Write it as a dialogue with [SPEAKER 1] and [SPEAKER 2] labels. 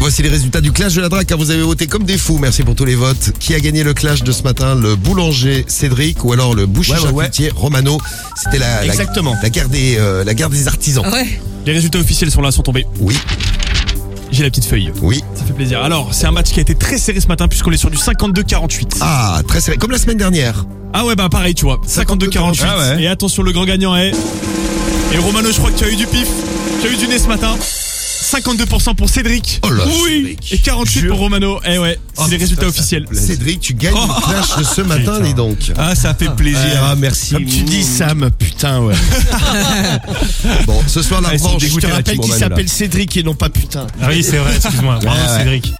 [SPEAKER 1] Voici les résultats du clash de la drague. car Vous avez voté comme des fous. Merci pour tous les votes. Qui a gagné le clash de ce matin Le boulanger Cédric ou alors le boucher
[SPEAKER 2] Ouais, ouais, ouais.
[SPEAKER 1] charcutier Romano C'était la, la,
[SPEAKER 2] Exactement.
[SPEAKER 1] la guerre des euh, la guerre des artisans.
[SPEAKER 2] Ah.
[SPEAKER 3] Ouais.
[SPEAKER 2] Les résultats officiels sont là, sont tombés.
[SPEAKER 1] Oui,
[SPEAKER 2] J'ai la petite feuille.
[SPEAKER 1] oui.
[SPEAKER 2] Ça fait plaisir. Alors, c'est un match qui a été très serré ce matin puisqu'on est sur du 52-48. Ah.
[SPEAKER 1] Ah, très serré. Comme la semaine dernière.
[SPEAKER 2] ouais, bah pareil, tu vois. 52-48.
[SPEAKER 4] Ah ouais.
[SPEAKER 2] Et attention, le grand gagnant est... Et Romano, je crois que tu as eu du pif. Tu as eu du nez ce matin. 52% pour Cédric.
[SPEAKER 1] Oh là,
[SPEAKER 2] oui.
[SPEAKER 1] Cédric.
[SPEAKER 2] Et 48 pour Romano. Eh ouais, c'est les résultats officiels.
[SPEAKER 1] Cédric, tu gagnes le clash de ce matin, dis donc.
[SPEAKER 2] Ah, ça fait plaisir.
[SPEAKER 4] Ah, merci. Comme tu dis, Sam, putain, ouais.
[SPEAKER 1] Bon, ce soir la
[SPEAKER 2] Ah, ils sont
[SPEAKER 1] revanche.
[SPEAKER 2] dégoûtés,
[SPEAKER 4] Je te
[SPEAKER 2] là,
[SPEAKER 4] rappelle
[SPEAKER 2] Tim
[SPEAKER 4] qu'il
[SPEAKER 2] Romano, là.
[SPEAKER 4] s'appelle Cédric et non pas putain.
[SPEAKER 2] Ah oui, c'est vrai, excuse-moi. Bravo
[SPEAKER 4] Ouais, ouais.
[SPEAKER 2] Cédric.